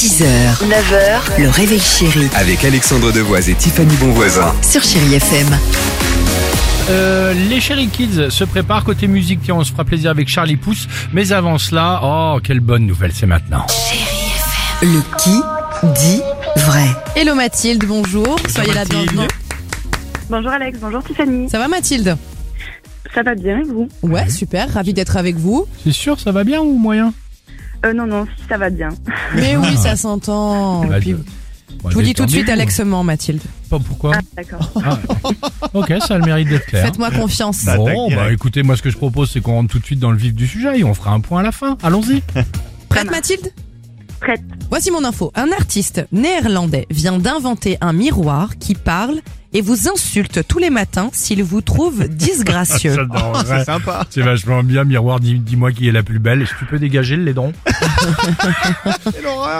6h, 9h, le réveil chéri Avec Alexandre Devoise et Tiffany Bonvoisin. sur Chérie FM. Euh, les Cherry Kids se préparent côté musique. Tiens, on se fera plaisir avec Charlie Pousse. Mais avant cela, oh, quelle bonne nouvelle, c'est maintenant. Le qui dit vrai. Hello Mathilde, bonjour. Soyez la Mathilde. bienvenue. Bonjour Alex, bonjour Tiffany. Ça va Mathilde Ça va bien et vous Ouais, super, ravi d'être avec vous. C'est sûr, ça va bien ou moyen euh, Non, non, si ça va bien. Mais oui, ça s'entend. Bah, Hein Puis, je- Bon, je vous dis tout de détendez-vous. suite Alex ment Mathilde. Pas pourquoi. Ah, d'accord. Ok, ça a le mérite d'être clair. Faites-moi confiance. Bon, bah écoutez, moi ce que je propose, c'est qu'on rentre tout de suite dans le vif du sujet et on fera un point à la fin. Allons-y. Prête Mathilde Prête. Voici mon info. Un artiste néerlandais vient d'inventer un miroir qui parle et vous insulte tous les matins s'il vous trouve disgracieux. J'adore. c'est sympa. C'est vachement bien, miroir. dis- Dis-moi qui est la plus belle. Est-ce que tu peux dégager le laidron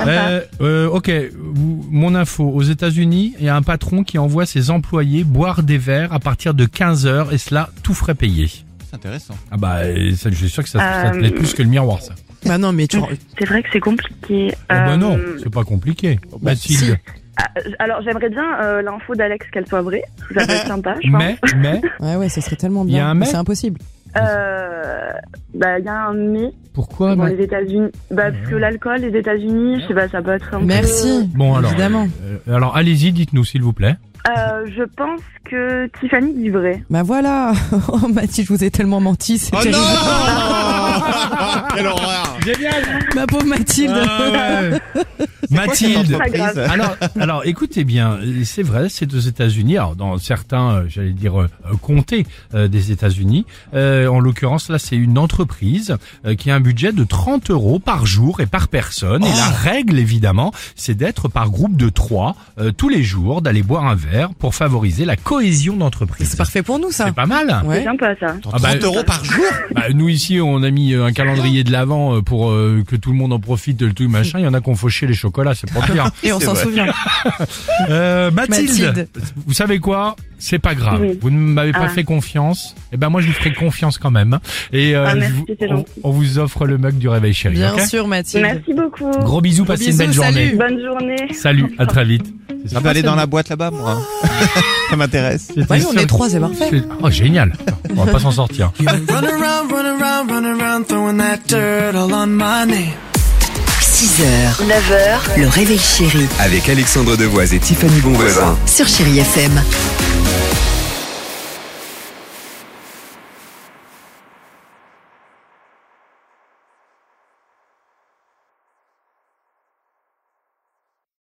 Euh, euh, ok, vous- mon info. Aux États-Unis, il y a un patron qui envoie ses employés boire des verres à partir de 15 heures et cela tout frais payé. C'est intéressant. Ah bah, euh, ça, je suis sûr que ça, ça te Euh, plaît plus que le miroir, ça. bah non, mais tu... C'est vrai que c'est compliqué. Ah bah Euh, non, c'est pas compliqué. Mathilde, ah, alors j'aimerais bien euh, l'info d'Alex qu'elle soit vraie. Ça peut être sympa, je pense. mais, mais, Ouais, ouais, ça serait tellement Y a bien. un mais mec C'est impossible. Euh, bah il y a un mais pourquoi dans Ma- les États-Unis. Bah parce que l'alcool, les États-Unis, je sais pas, ça peut être. Un peu- Merci. Bon alors, Évidemment. euh, alors allez-y, dites-nous s'il vous plaît. Euh, je pense que Tiffany dit vrai. Bah voilà. Oh Mathilde, je vous ai tellement menti. C'est Oh terrible. non Quelle horreur Génial Ma pauvre Mathilde. Ah Mathilde, Pas grave. Alors, alors, écoutez bien, c'est vrai, c'est aux États-Unis. Alors, dans certains, euh, j'allais dire, euh, euh, comtés euh, des États-Unis. Euh, en l'occurrence, là, c'est une entreprise euh, qui a un budget de 30 euros par jour et par personne. Et la règle, évidemment, c'est d'être par groupe de trois euh, tous les jours, d'aller boire un verre pour favoriser la cohésion d'entreprise. C'est parfait pour nous ça. C'est pas mal. Ouais. C'est sympa ça. Ah bah, 30 euros par jour Bah, nous ici, on a mis euh, un calendrier de l'avant euh, pour euh, que tout le monde en profite, le tout machin. Il y en a qui ont fauché les chocolats, c'est pas pire. Et on C'est s'en vrai. souvient. Euh, Mathilde, Mathilde. vous savez quoi C'est pas grave. Oui. Vous ne m'avez pas Ah. fait confiance. Eh ben moi, je vous ferai confiance quand même. Et euh, Ah, merci, je vous- c'est on, gentil. on vous offre le mug du réveil chéri. Bien ok sûr, Mathilde. Merci beaucoup. Gros bisous, Gros passez une belle bisous, journée. Bonne journée. Salut, à très vite. Je vais aller dans la boîte là-bas, moi. Ça m'intéresse. C'était Ouais, on sûr- est trois, c'est parfait. C'est- Oh génial. On va pas s'en sortir. Run around, run around, run around, throwing that dirt all on my name. 6h, 9h, le réveil chéri Avec Alexandre Devoise et Tiffany Bonvoisin. sur Chérie FM.